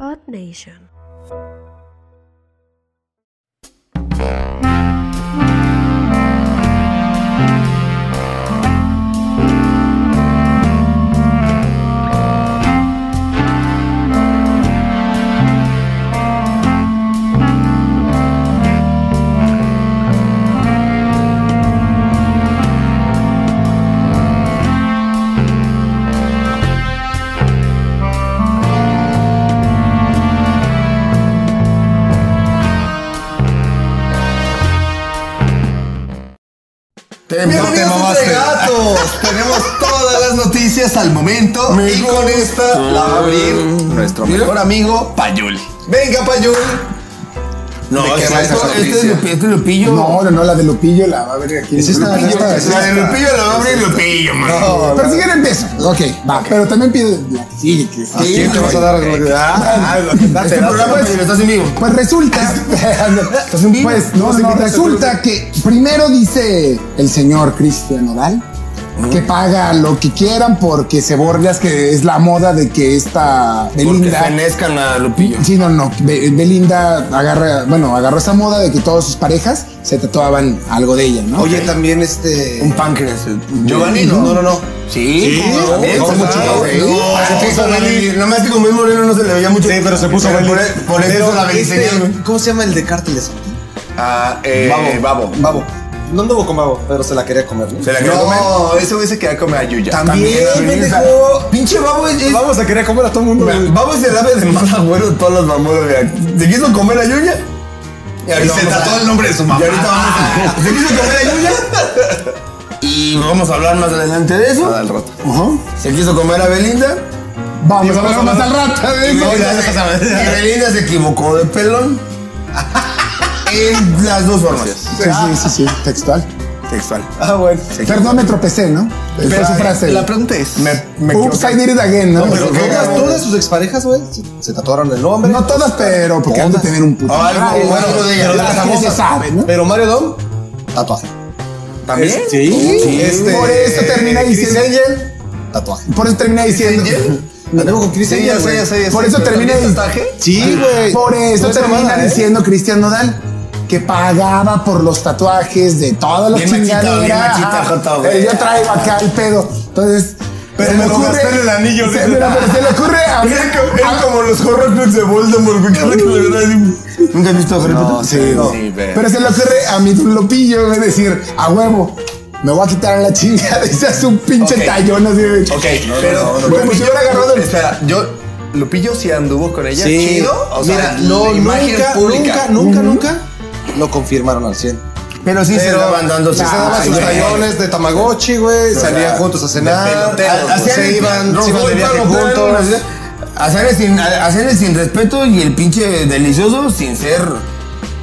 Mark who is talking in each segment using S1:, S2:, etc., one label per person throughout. S1: Earth Nation.
S2: Bienvenidos a Entre Gatos. Tenemos todas las noticias al momento y con esta la va a abrir nuestro mejor amigo Payul. Venga Payul.
S3: No,
S2: ¿De qué
S3: este,
S2: va esta
S3: este,
S2: noticia?
S3: es Lupi- este es Lupillo.
S4: No, no, no, la de Lupillo la va a ver aquí.
S2: esta,
S4: No,
S2: es esta,
S4: esta, esta,
S2: es
S3: La de
S2: esta.
S3: Lupillo la va a abrir Lupillo, mano.
S2: No,
S4: Pero si quieren empiezo.
S2: Ok,
S4: Va, pero también pido la que sigue. que
S2: ¿A
S4: sigue.
S2: quién te vas a dar ah,
S3: Este programa es estás en vivo.
S4: Pues resulta.
S3: en vivo.
S4: pues no,
S3: Nos
S4: no, no,
S3: invitas a
S4: resulta que primero dice el señor Cristian Nodal que paga lo que quieran porque se borras que es la moda de que esta
S3: Porque
S4: Belinda.
S3: fenezcan a Lupillo.
S4: Sí, no, no. Be- Belinda agarra, bueno, agarró esa moda de que todas sus parejas se tatuaban algo de ella, ¿no?
S2: Oye, también este.
S3: Un páncreas. eh,
S2: Giovanni, no, no, no.
S3: Sí,
S2: ¿no?
S3: también,
S2: No,
S3: se
S2: no,
S3: puso-
S2: no,
S3: no,
S2: no,
S3: se puso
S2: no,
S3: Belín. Nada más que con Luis Moreno no se le veía mucho.
S2: Sí, pero se puso
S3: Pero
S2: Belín.
S3: Por, por
S2: Pero
S3: eso la
S2: este,
S3: belicería, güey.
S2: ¿Cómo se llama el de cárteles?
S3: Ah, eh, Babo.
S2: Babo. No anduvo con Babo, pero se la quería comer. ¿no?
S3: Se la quería comer.
S5: No, ese güey se queda come a Yuya.
S2: También,
S3: También,
S2: pendejo.
S3: Pinche Babo es. es-
S2: Vamos a querer comer a todo el mundo. güey.
S3: Babo es el ave de mal agüero de todos los mamones. mira. ¿Se quiso comer a Yuya? Y
S5: Y
S3: ahorita
S5: se
S3: vamos a-
S5: trató el nombre de su
S3: Y
S5: mamá.
S3: ahorita vamos a. ¿Se quiso comer a Yuya? Y vamos a hablar más adelante de eso.
S5: Al rato.
S4: Ajá.
S3: Se quiso comer a Belinda.
S4: Vamos,
S3: Y
S4: a hablar más al rato de
S3: Y
S4: eso.
S3: Belinda, se, y Belinda se equivocó de pelón. en las dos formas.
S4: Sí, sí, sí, sí, textual.
S3: Textual.
S2: Ah, bueno.
S3: Se equivocó.
S4: Perdón, me tropecé, ¿no? Fue su
S3: eh,
S4: frase.
S5: La pregunta es.
S3: Me, me
S4: Oops,
S3: equivoqué.
S4: I did it again, ¿no?
S2: Pero
S3: Pero
S2: todas,
S3: no,
S2: todas sus exparejas, güey, se, se tatuaron el nombre.
S4: No todas, pero porque han de tener un puto.
S3: O algo,
S4: Ay,
S3: o algo de
S4: pero
S3: ellas.
S4: las que se saben, ¿no?
S2: Pero Mario Dom, tatuaje.
S3: ¿También?
S2: Sí. Este,
S4: Por eso termina
S2: Chris
S4: diciendo-
S2: Angel, tatuaje.
S4: Por eso termina diciendo.
S2: Anduvo con Chris
S5: Sí,
S2: Angel,
S5: ya sé,
S2: güey.
S5: ya sé, ya sé.
S4: Por eso
S5: ¿Pero
S4: termina
S5: también
S4: el-
S5: tatuaje?
S2: Sí, güey.
S4: Por eso
S2: No es
S4: termina
S2: mamada, ¿eh?
S4: diciendo Cristian Nodal que pagaba por los tatuajes de todas las
S3: Bien machito, bien
S4: chingaderas.
S3: machito,
S4: Ajá. Eh,
S3: Joto, güey.
S4: Yo traigo acá el pedo. Entonces.
S3: Pero
S4: se me
S3: me lo
S4: ocurre.
S3: gastó en el anillo,
S4: se,
S3: dice.
S4: pero- pero se le ocurre a
S3: "Ah". Era co- era como los Horrocrux de Voldemort, güey. Cada que le ven así. ¿Nunca has visto a Harry Potter?
S4: Sí, no.
S5: sí, ve.
S4: pero se le ocurre a mi Lopillo es decir, a huevo, me voy a quitar a la chingada y se hace un pinche
S5: Ok.
S4: tallón así de
S5: Ok,
S3: no,
S5: pero.
S3: no, no,
S4: Como si pues hubiera agarrado el.
S5: Espera, yo. Lupillo sí anduvo con ella.
S2: Sí.
S5: Chido. O sea,
S2: Mira, no,
S5: la imagen
S2: nunca,
S5: pública.
S2: nunca, nunca, nunca lo confirmaron al 100.
S3: Pero sí se
S2: Pero
S3: estaban dando
S2: se
S4: Ah,
S2: daban sus rayones de Tamagotchi, güey. Salían
S3: sea,
S2: juntos a
S5: de
S2: cenar.
S5: peloteros,
S2: a-
S3: Hacían
S2: Se
S3: el-
S2: iban,
S3: Ron
S2: se iban de
S3: Goldman,
S2: viaje
S3: Ron Goldman,
S2: juntos.
S3: Hacer el sin, hacer el sin respeto y el pinche delicioso sin ser.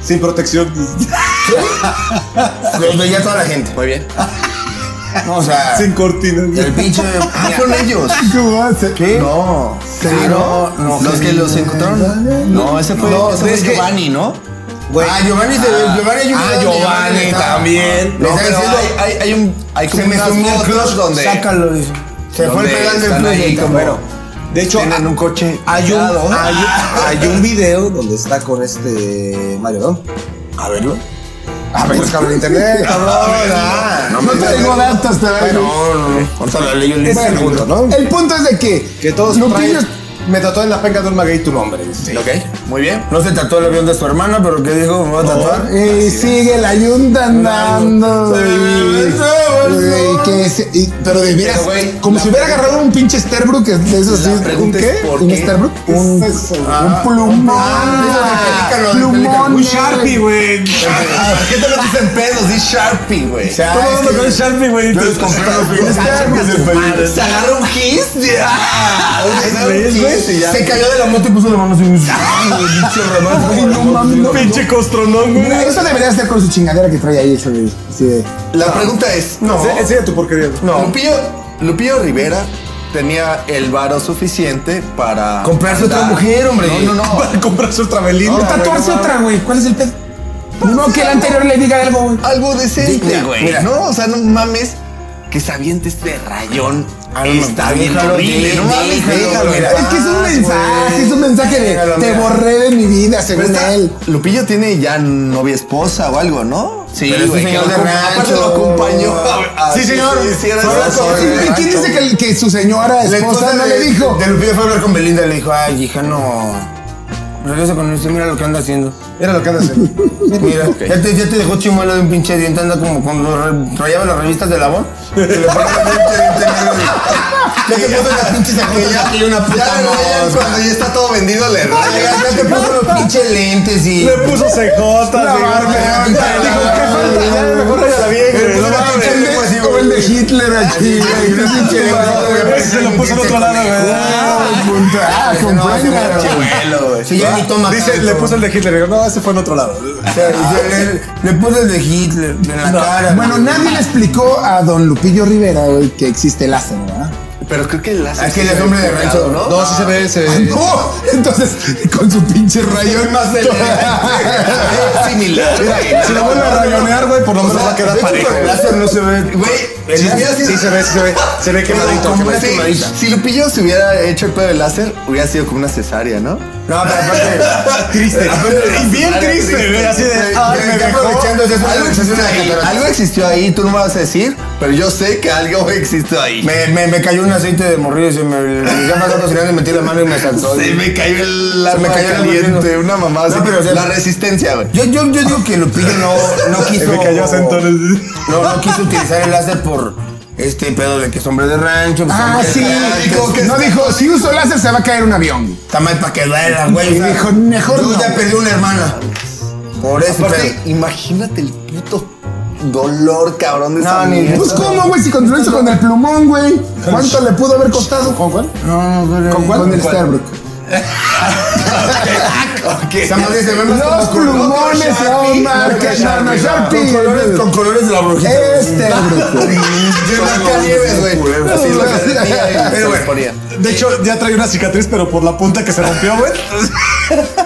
S2: Sin protección.
S3: Los veía toda la gente.
S5: Muy bien.
S3: No, o sea,
S2: cortinas.
S3: el pinche.
S5: Ah, con ellos.
S4: ¿Cómo hace?
S3: No,
S4: Sí,
S3: no, no.
S5: Los que los encontraron. No, ese fue,
S3: No,
S5: ese fue
S3: es que-
S5: Giovanni, ¿no?
S3: Güey. Ah, Giovanni, se, Giovanni hay un
S5: Ah,
S3: video donde
S5: Giovanni
S3: está-
S5: también.
S3: Le
S5: No,
S3: está
S5: pero
S3: diciendo,
S5: hay, hay, hay un. Hay como
S3: se me
S5: unas
S3: sumió el
S5: fotos
S3: clutch
S5: donde.
S3: Sácalo, dice. Se fue el
S5: donde
S3: pedal del
S5: están
S3: clutch
S5: ahí
S3: y
S5: como-
S3: bueno.
S2: De hecho,
S5: Tienen un coche.
S2: Hay un, Ah.
S5: tirado.
S2: hay, un- hay un video donde está con este Mario Dom.
S3: A verlo.
S2: A ver, buscarlo en internet, cabrón. ah.
S4: No traigo datos, te
S3: No,
S4: veo.
S3: no, no. Ahorita la ley
S2: Ese es el punto, ¿no?
S4: El punto es de que.
S2: Que todos
S4: Lupillo.
S2: traen- Me tatué en la penca de un maguey tu nombre. dice.
S5: Ok, muy bien.
S3: No se tatuó el avión de su hermana, pero ¿qué dijo? ¿Me va a tatuar?
S4: Y sigue la yunta andando.
S3: Sí,
S4: y-
S3: sí, sí,
S4: y
S3: sí.
S4: que se- y- pero de veras,
S5: Pero, güey,
S4: como
S5: la
S4: si hubiera
S5: pregunta-
S4: agarrado un pinche Sterbrook de esos.
S5: La
S4: sí, ¿Un
S5: pregunta es
S4: qué?
S5: ¿por
S4: ¿Un
S5: qué?
S4: Sterbrook?
S2: ¿Qué es
S4: Un,
S2: eso, güey?
S4: un plumón.
S3: Ah, un plumón de pelícano, de pelícano.
S4: Plumón.
S3: Un
S4: Sharpie,
S2: güey.
S3: Ah,
S5: ¿Por qué te lo dicen pedos? Di Sharpie, güey.
S3: O sea, es que-
S2: Sharpie, güey.
S3: Yo les compré los fines
S4: Ya,
S3: Sharpies del país.
S5: Se agarra un kiss. ¡Ah! Se agarra un kiss y ya.
S3: Se cayó de la moto y puso la mano así. Pinche
S4: Ay, no mames, no. Pinche
S3: costronón,
S4: Mira, Eso debería hacer con su chingadera que trae ahí ese güey. Así de.
S5: La pregunta es:
S3: No,
S2: Enseña tu porquería.
S3: no.
S5: Lupillo, Lupillo Rivera tenía el varo suficiente para.
S3: Comprarse otra
S5: andar-
S3: mujer, hombre.
S5: No, no, no.
S2: Comprarse otra Belinda.
S4: O tatuarse otra, güey. ¿Cuál es el pedo? No, que el anterior le diga algo, güey.
S5: Algo decente,
S3: Digna,
S5: güey.
S3: mira.
S5: No, o sea, no mames. Que se aviente este rayón.
S3: Ah, no,
S5: Está bien
S3: déjalo,
S5: horrible. No
S3: déjalo,
S5: mames,
S3: déjalo,
S5: déjalo.
S3: mira.
S5: mira.
S4: Es que es un mensaje, es un mensaje
S6: Mira,
S4: de
S6: mira.
S4: te borré de mi vida,
S3: Pero
S4: según
S3: esta-
S4: él.
S3: Lupillo tiene ya novia esposa o algo, ¿no?
S6: Sí, Pero es
S3: güey,
S6: un
S3: que
S6: señor
S3: lo
S6: de
S3: acom- aparte
S6: rancho.
S3: lo acompañó a- a-
S6: Sí, señor.
S3: que hiciera
S6: Fue
S3: esas
S6: a la
S3: cosas.
S6: cocina.
S4: ¿Y quién dice que, el- que su señora
S6: La
S4: esposa no
S6: de-
S4: le dijo?
S6: De Lupillo fue a hablar con Belinda y le dijo, ay, hija, no. Regresa con usted, mira lo que anda haciendo. Mira lo que anda haciendo. Mira, ya, te, ya te dejó chimuelo de un pinche diente, anda como cuando re- rayaba las revistas de labor. Y le ponía un pinche diente negro. Ya te puso las pinches
S3: Que ya-
S6: zapatillas y una puta
S3: Ya le rayan
S6: mosca.
S3: cuando ya está todo vendido, le rayan.
S6: Ya te puso los pinches lentes y...
S2: Le puso cejotas.
S4: La
S2: digo,
S4: barba,
S2: ya, ya,
S4: la
S2: Digo,
S4: barba.
S2: qué falta. Ya, mejor raya la vieja.
S3: Le
S2: güey,
S3: puso
S2: no
S3: la
S2: mames.
S3: pinche
S4: El de- como el de Hitler aquí, güey.
S6: Una pinche
S4: Pinche
S6: lengua,
S4: barba,
S6: güey,
S4: güey.
S2: Ese se lo puso al otro lado,
S4: Ah,
S2: güey.
S4: punto. Ah,
S6: Ese no, ese
S4: comprenda.
S6: fue el chimuelo, güey. Sí, ya ni toma
S2: Dice,
S6: tanto.
S2: le puso el de Hitler. digo, No, ese fue en otro lado.
S6: O sea, le, le puso el de Hitler en la cara.
S4: Bueno,
S6: güey.
S4: nadie le explicó a don Lupillo Rivera, güey, que existe el láser, ¿verdad?
S3: Pero creo que la
S6: Aquel es hombre de rancho, ¿no?
S7: No, sí se ve, se
S4: Ah,
S3: Eh.
S7: ve.
S4: no, entonces con su pinche rayón más de
S3: similar.
S2: Si lo vuelve a rayonear, güey, por lo menos va a quedar parejo.
S3: con el
S2: láser no se ve.
S3: Güey,
S2: Sí,
S3: el láser-
S2: sí se ve, sí se ve. Se ve quemadito.
S3: Como
S2: quemadito.
S3: si- Si Lupillo se hubiera hecho el pedo de láser, hubiera sido como una cesárea, ¿no?
S6: No, pero aparte.
S2: Triste. Bien triste, güey. Así de. Ay, me
S6: Ya
S2: dejó.
S6: aprovechando, esa es una
S3: Algo
S6: conversación
S3: existió
S6: de la
S3: ahí,
S6: catarata.
S3: algo existió ahí, tú no me vas a decir, pero yo sé que algo existió ahí.
S6: Me, me, me cayó un aceite de morrillo y se me, mis gafas no cocinaron y metí la mano y me saltó.
S3: Se me cayó el
S6: Se
S3: arma
S6: me cayó el
S3: caliente,
S6: morrillo.
S3: una mamá así.
S6: No, pero, o sea,
S3: la resistencia, güey.
S6: Yo, yo, yo digo que Lupillo no, no
S2: Se
S6: quiso.
S2: me cayó entonces.
S6: No, no quiso utilizar el láser por este pedo de que es hombre de rancho. pues,
S4: Ah,
S6: hombre de
S4: sí.
S6: cara, que es-
S4: No dijo, si uso láser se va a caer un avión.
S6: Está mal para que duela, güey.
S4: Y
S6: o sea,
S4: dijo, mejor
S6: Yo
S4: no.
S6: ya perdí una hermana. Por eso,
S3: Aparte, imagínate el puto dolor, cabrón, de
S6: No,
S3: esa
S6: ni-
S3: mierda.
S4: Pues cómo, güey, si con lo hizo con el plumón, güey. ¿Cuánto le pudo haber costado? ¿Con cuál?
S6: No, no, no.
S4: ¿Con cuál? Con el
S6: Starbucks.
S4: Starbrook.
S6: Esa madre se ve más
S4: Los
S6: como color-
S4: plumones se
S6: Sharpie,
S4: marcan,
S6: marca
S4: no, no, Sharpie.
S6: Con colores, con colores de la brujita.
S2: Ah.
S4: Este,
S3: Blancanieves, güey. Así lo que sentía y
S6: Pero,
S3: se
S6: güey,
S3: les ponía.
S2: De hecho, ya trae una cicatriz, pero por la punta que se rompió, güey.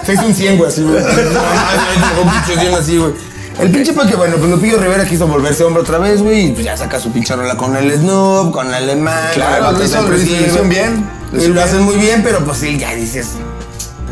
S6: Se hizo un 100, güey, así, güey. No, no, no, un pinche 100 así, güey. El pinche porque, bueno, pues Lupillo Rivera quiso volverse hombre otra vez, güey, y pues ya saca su pinche rola con el Snoop, con el alemán.
S3: Claro,
S6: con
S3: lo
S6: el
S3: hizo-
S6: Bates
S3: lo
S6: Preciso.
S3: hicieron bien, lo
S6: Y
S3: hicieron
S6: lo hacen muy bien, pero pues sí, ya dices.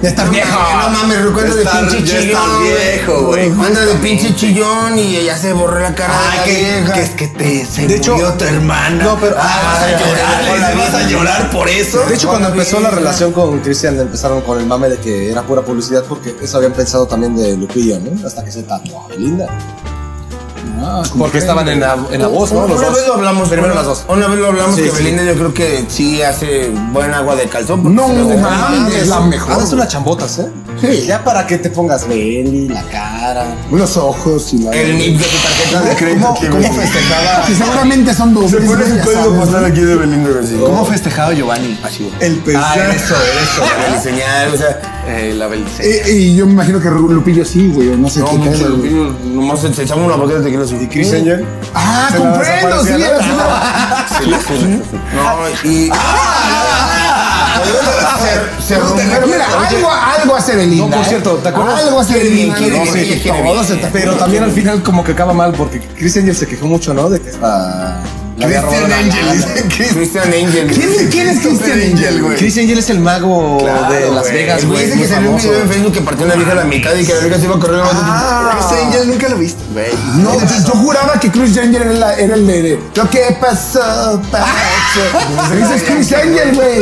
S4: Ya estás
S6: No
S4: viejo.
S6: mames, No mames, recuerdo de
S3: Está-
S6: pinche
S3: ya
S6: chillón.
S3: está viejo, güey.
S6: Anda de pinche chillón y ella se borró la cara de
S3: Ay,
S6: la
S3: que,
S6: vieja.
S3: que es que te se
S2: De hecho-
S3: murió tu hermana.
S2: No, pero-
S3: Ah, vas
S6: Ay,
S3: a llorar,
S6: ay,
S3: le
S6: ay,
S3: vas a
S6: ay.
S3: llorar por eso.
S2: De hecho, cuando
S6: Cuando
S2: empezó la
S6: vi-
S2: relación con Cristian, empezaron con el mame de que era pura publicidad, porque eso habían pensado también de Lupillo, ¿no? Hasta que se tatuó a Belinda.
S4: Ah,
S2: Porque estaban en la, en la voz, ¿no? Los
S6: una
S2: dos.
S6: vez lo hablamos,
S2: Primero
S6: una-
S2: las
S3: Ah,
S2: dos.
S6: Una vez lo hablamos
S2: Sí,
S6: que
S2: sí.
S6: Belinda yo creo que sí hace buen agua de calzón. porque
S4: No
S6: se lo-
S4: mames, la mejor.
S2: Ahora son las chambotas, ¿eh?
S4: Sí.
S2: Ya para que te pongas Beli, la cara.
S4: Los ojos y la.
S3: Eh,
S6: El nip de su tarjeta de crédito.
S3: ¿Cómo, cómo festejaba?
S4: Que seguramente son dos. Se
S6: aquí de Belinda García.
S3: ¿Cómo festejaba Giovanni? Así, güey.
S2: El
S6: Ah,
S2: pensar.
S6: eso, eso. El señal, o sea.
S3: Eh, la belice.
S4: Y, y yo me imagino que Ru- Lupillo sí, güey. o No sé
S6: No,
S4: qué
S6: mucho
S4: pedo, güey.
S6: Lupillo, nomás se echamos una boqueta de tequila así. ¿Y
S2: Chris Angel.
S4: Ah,
S2: Se la
S4: comprendo, sí,
S2: desaparecía,
S4: era así, ¿no?
S6: No, y. Se- Se
S4: Pero
S6: rompieron.
S4: mira, algo, algo hace Belinda.
S2: No, por
S4: ¿eh?
S2: cierto, ¿te acuerdas?
S4: Algo hace
S6: Quiere bien,
S4: Belinda.
S6: quiere bien, ella quiere bien.
S2: Pero también al final como que acaba mal, porque Chris Angel se quejó mucho, ¿no? De que está...
S3: Christian Angel. dice Ah, Christian
S6: Christian Angel.
S4: ¿Quién, quién es Christian Angel, güey?
S2: Chris Angel es el mago de Las Vegas,
S6: El
S2: güey.
S6: Dice
S2: muy
S6: que salió un
S2: famoso.
S6: video en Facebook que partió una vieja a la mitad y que la vieja se iba a correr.
S3: Angel nunca lo viste, güey.
S4: No, yo, yo juraba que Chris Angel era, la- era el de, de, Lo que pasó, pasó. Pues Ese es Chris Angel, güey.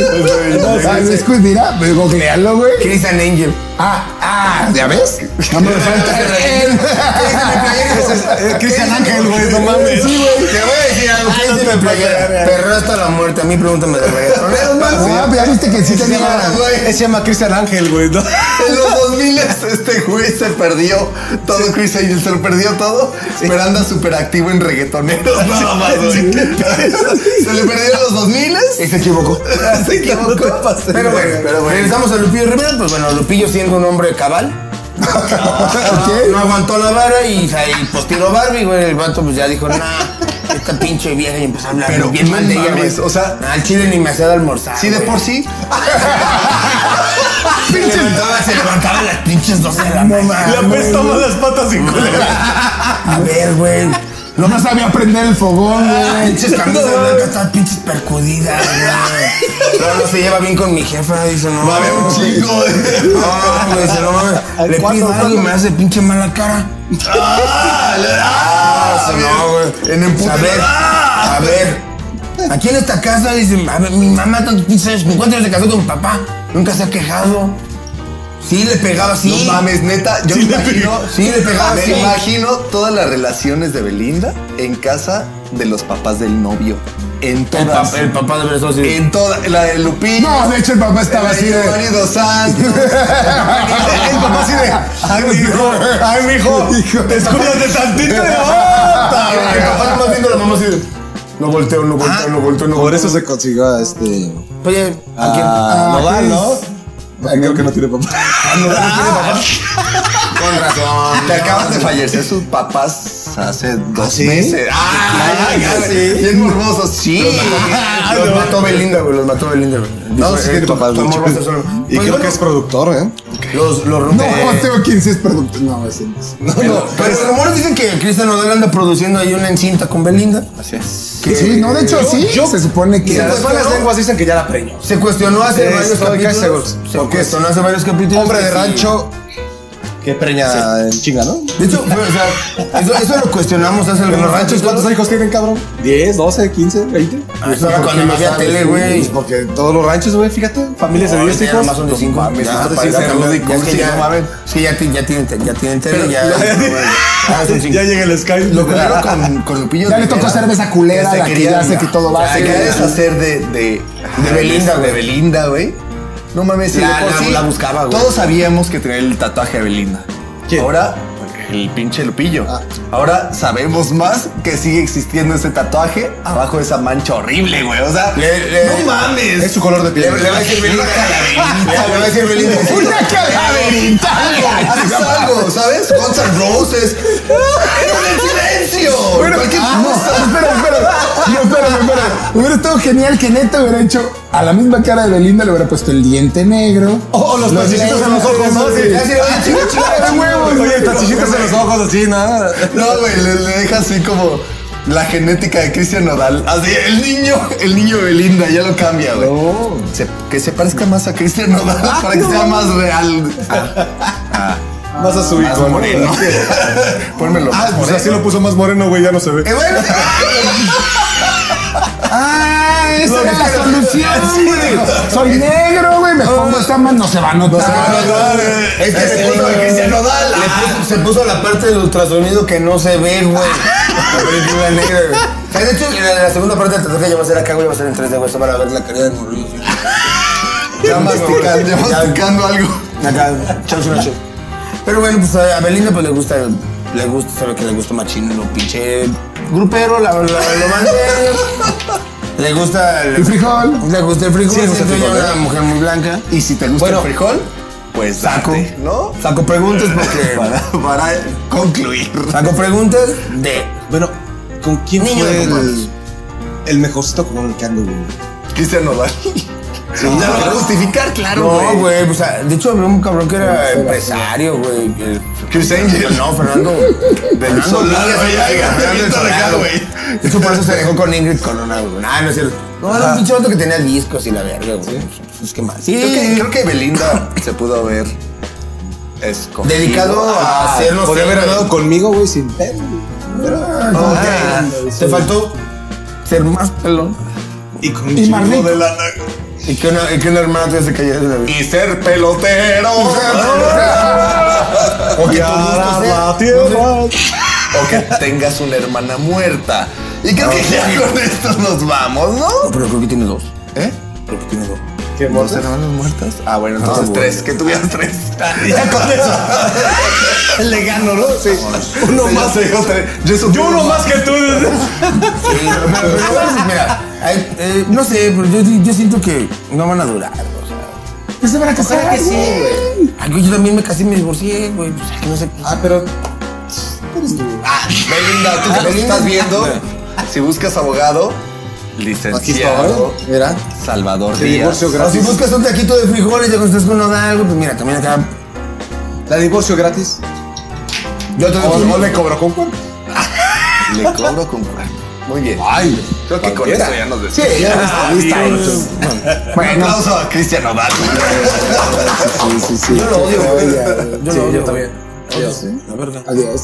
S4: No, sabes, es Chris, mira, pues, googlealo, güey.
S6: Christian Angel.
S4: Ah, ah, ¿ya ves? No me falta él.
S3: Ah,
S4: pues,
S2: Ese es, eh, Christian Ángel, güey, no mames.
S4: Sí, güey.
S6: Te voy a decir algo. ¿Quién dice playera? Perro hasta la muerte. A mí pregúntame de reggaetón.
S4: Ah, pero ya viste que sí
S2: Se
S4: tenía.
S2: llama- Ese se llama Christian Ángel, güey. ¿no?
S3: En los 2000 este güey se perdió todo, Chris Angel se lo perdió todo, pero anda súper activo en reggaetoneros nada más, güey. Se le perdieron los 2000
S6: Y se equivocó.
S3: se equivocó.
S6: Pero bueno, pero bueno. Regresamos a Lupillo Rivera. Pues bueno, Lupillo siendo un hombre cabal.
S3: Ah,
S4: Ok.
S6: No aguantó la vara y, y pues tiró Barbie, güey. El vato pues ya dijo, nah, esta pinche vieja y empezó a hablar
S3: Pero,
S6: bien mal de ella, güey.
S3: mames, o sea-
S6: Nah, al chile ni me hacía de almorzar.
S3: Sí, de
S6: güey.
S3: por sí.
S6: Se levantaba, se levantaba a las pinches 12 de la mañana.
S2: Le apestamos las patas y culera.
S6: A ver, güey.
S4: No me sabía prender el fogón, güey.
S6: Pinches camisas blancas, están pinches percudidas, güey. No, no se lleva bien con mi jefa, dice, no.
S3: Va a haber un chingo
S2: eh,
S3: de.
S6: No, güey, se lo mames. Le
S4: ¿Cuándo,
S6: pido algo y
S4: cuándo?
S6: me hace pinche mala cara.
S3: ¡Ah! le-
S6: Ah,
S3: ¡Ah!
S6: no, güey.
S3: En empuje.
S6: A ver, a ver. Ah. Aquí en esta casa dicen, a ver, mi mamá tantos pinches años, con cuántos años se casó con mi papá. Nunca se ha quejado. Sí, le pegaba así.
S3: No mames, neta, yo me imagino.
S6: Sí, le pegaba
S3: Me
S6: así.
S3: imagino todas las relaciones de Belinda en casa de los papás del novio. En
S6: El,
S3: todas.
S6: pap- el papá de Besos
S3: En toda. La de Lupillo.
S4: No, de hecho el papá estaba
S3: el
S4: así
S3: de
S4: de.
S3: Giovanni Dos Santos. El papá así de. Ay, mi hijo. Ay, mi hijo. Descúbrate tantito de bota, güey.
S7: El papá nomás viendo a la mamá así de, No volteo, no volteo, no volteo, no
S2: Ah, Por
S7: volteo.
S2: eso se consiguió a este.
S6: Oye, ¿a quién?
S2: A
S4: Ah,
S2: Nodal, ¿no?
S4: es-
S2: Ah, Creo que no tiene papá.
S6: Con razón.
S3: Te acabas de fallecer sus papás hace dos
S2: ¿sí?
S3: meses. ¡Ah!
S2: Ay,
S3: ya,
S2: sí.
S3: güey. Bien morbosos, sí.
S6: Los mató Belinda, güey. Los mató Belinda, güey. "Eh,
S2: No, sí tiene papá.
S6: Tu amor va a ser solo.
S2: Y creo que es productor, ¿eh?
S6: Los, los
S4: No,
S6: rumores.
S4: tengo 15 es producto. No, ese no es.
S6: No, no, pero los rumores dicen que Cristian Odell anda produciendo ahí una encinta con Belinda.
S3: Así es.
S4: Que sí, no, de hecho sí. se supone que.
S6: Mira,
S2: Las lenguas dicen que ya la preñó.
S6: Se cuestionó hace
S2: Estoy
S6: varios
S2: casi seguro.
S6: capítulos. Se
S2: ¿Por qué?
S6: cuestionó hace varios capítulos.
S2: Hombre
S6: que
S2: de
S6: sí.
S2: rancho. Que preña en chinga, ¿no?
S6: De hecho, fue, o sea, eso, eso lo cuestionamos hace
S2: En
S6: algunos
S2: los ranchos, ¿cuántos
S6: capítulos.
S2: hijos tienen, cabrón? ¿10, 12, 15, 20?
S6: Ah, eso era cuando no había tele,
S2: Pues
S6: güey.
S2: porque en todos los ranchos, güey, fíjate, familias de 10 hijos.
S6: Más son de cinco.
S2: mames,
S6: Ya,
S2: esto
S6: para
S2: sí
S6: ir a
S2: se
S6: Cancún,
S2: reúne
S6: ya
S2: con
S6: es que
S2: cinco,
S6: ya-
S2: mames.
S6: Es que ya, ti- ya tienen, te- ya tienen tele, ya. Ah, son cinco.
S2: Ya llega el Skype.
S3: Lo culero con, con Lupillo
S4: Ya le
S3: Rivera
S4: tocó hacer de esa culera,
S3: se
S4: la que
S3: quería-
S4: ya se quitó todo
S3: Se
S4: base.
S3: quería deshacer de, de,
S6: De Belinda,
S3: de
S6: güey.
S3: Belinda, güey. No mames, si
S6: La-
S3: de por
S6: la- la buscaba, güey.
S3: Todos sabíamos que tenía el tatuaje de Belinda.
S2: ¿Quién?
S3: Ahora, el pinche Lupillo. Ahora sabemos más que sigue existiendo ese tatuaje abajo de esa mancha horrible, güey. O sea,
S6: Le- le-
S3: no mames.
S2: Es su color de piel.
S6: Le le va a decir Belinda. Le va a decir Belinda.
S3: Una Haces algo, ¿sabes? Guns N' Roses. ¡Eres el silencio! Cualquier cosa.
S4: Espera, espera. No, espera, espera. Hubiera estado genial que Neto hubiera hecho a la misma cara de Belinda, le hubiera puesto el diente negro.
S2: O los tachichitos en los ojos, ¿no?
S4: Sí.
S2: Sí. Oye, tachichitos en los ojos, así, nada.
S3: No, güey, le, le deja así como la genética de Cristian Nodal. Así, el niño, el niño Belinda, ya lo cambia, güey. Se- que se parezca más a Cristian Nodal para que sea más real.
S2: Más a su hijo.
S3: más
S2: ¿no?
S3: moreno. Pónmelo.
S2: Ah,
S3: más
S2: pues
S3: moreno.
S2: así lo puso más moreno, güey, ya no se ve.
S3: Eh, bueno,
S4: Ah, esa era la solución, güey. Soy negro, güey. Me pongo esta mano, Oh. no se va a notar.
S3: es que se puso Este de Cristian Nodal. Ah.
S6: Le puso- se puso la parte del ultrasonido que no se ve, güey.
S3: Ah.
S6: La película negra, güey. O sea, De hecho, la, la segunda parte del tatuaje ya va a ser acá, güey, va a ser en 3D, güey, eso para ver la calidad de morrillo.
S3: Ya masticando, ya masticando algo.
S6: Acá, chance una chance. Pero bueno, pues a a Belinda pues le gusta, le gusta, sabe que le gusta machín, lo pinche grupero, la, la, lo bandero. Le gusta el,
S4: El frijol.
S6: Le gusta el frijol,
S3: Sí, le gusta el
S6: siento yo,
S3: frijol, ¿eh?
S6: una mujer muy blanca.
S3: Y si te gusta
S6: Bueno,
S3: el frijol, pues
S6: Saco,
S3: date, ¿no?
S6: saco preguntas porque...
S3: Para, para concluir.
S6: Saco preguntas de
S2: Bueno, ¿con quién
S6: Niño de
S2: fue
S6: comandos.
S2: el, el mejorcito con el que ando, güey?
S3: Cristian Nodal. ya lo va a justificar, claro,
S6: No, güey, pues, ah, de hecho había un cabrón que era empresario, güey. que-
S3: Chris Angel.
S6: No, Fernando.
S3: Del solar, güey.
S6: Fernando
S3: ya, ya,
S6: Solano.
S3: viento de acá, güey.
S6: De hecho, por eso se dejó con Ingrid Corona, güey. Nah, no es cierto. No, era un pinche vato que tenía discos y la verga, güey. Pues qué más. Sí,
S3: Creo que, creo que Belinda se pudo haber Ah, escogido.
S6: Dedicado a hacer, no
S2: Podría
S6: sé,
S2: haber
S6: güey.
S2: andado conmigo, güey, sin pedo.
S6: Ah, Te faltó ser más pelón.
S2: Y con un
S4: Y
S2: chingo
S4: Marlene.
S2: de la...
S6: Y que una, y que una hermana tuya se cayera de la vida.
S3: Y ser pelotero.
S6: O que
S2: Y
S6: tu gusto
S2: arar la
S6: sea-
S2: tierra.
S3: o que tengas una hermana muerta. Y creo que ya con esto nos vamos, ¿no?
S6: No, pero creo que tiene dos.
S3: ¿Eh?
S6: Creo que tiene dos.
S2: ¿Qué
S3: ¿Dos
S2: morra?
S3: hermanas muertas? Ah, bueno, entonces
S6: güey.
S3: tres. Que tuvieras tres. ya con eso. Le gano, ¿no? Sí. Uno más. Yo, yo, uno más que tú.
S6: Sí, pero, pero bueno, mira, ay, eh, no sé, pero yo, yo siento que no van a durar. O sea,
S4: Pues se van a casar. güey.
S6: Ay, güey, yo también me casé y me divorcié, güey. Pues, ay, que no sé.
S2: Ah, pero
S3: Belinda, tú que nos estás viendo, si buscas abogado,
S2: aquí está,
S3: licenciado,
S2: güey. Mira.
S3: Salvador
S2: De divorcio
S3: Díaz.
S6: O si
S2: gratis.
S6: buscas un taquito de frijoles, ya cuando estás con Nodal, güey, pues mira, también acá.
S2: La divorcio gratis.
S6: Yo te
S2: O, o le cobro con cuerpo.
S3: Le cobro con cuerpo. Muy bien.
S4: Ay,
S3: Creo que con
S4: cualquiera.
S3: esto ya nos
S4: Sí,
S3: despedimos.
S4: ya está, listo.
S3: Un aplauso a Cristian Odal.
S4: Sí, sí, sí. Yo lo odio,
S8: Oye,
S4: Sí, yo también. Adiós.
S8: La verga.
S4: Adiós.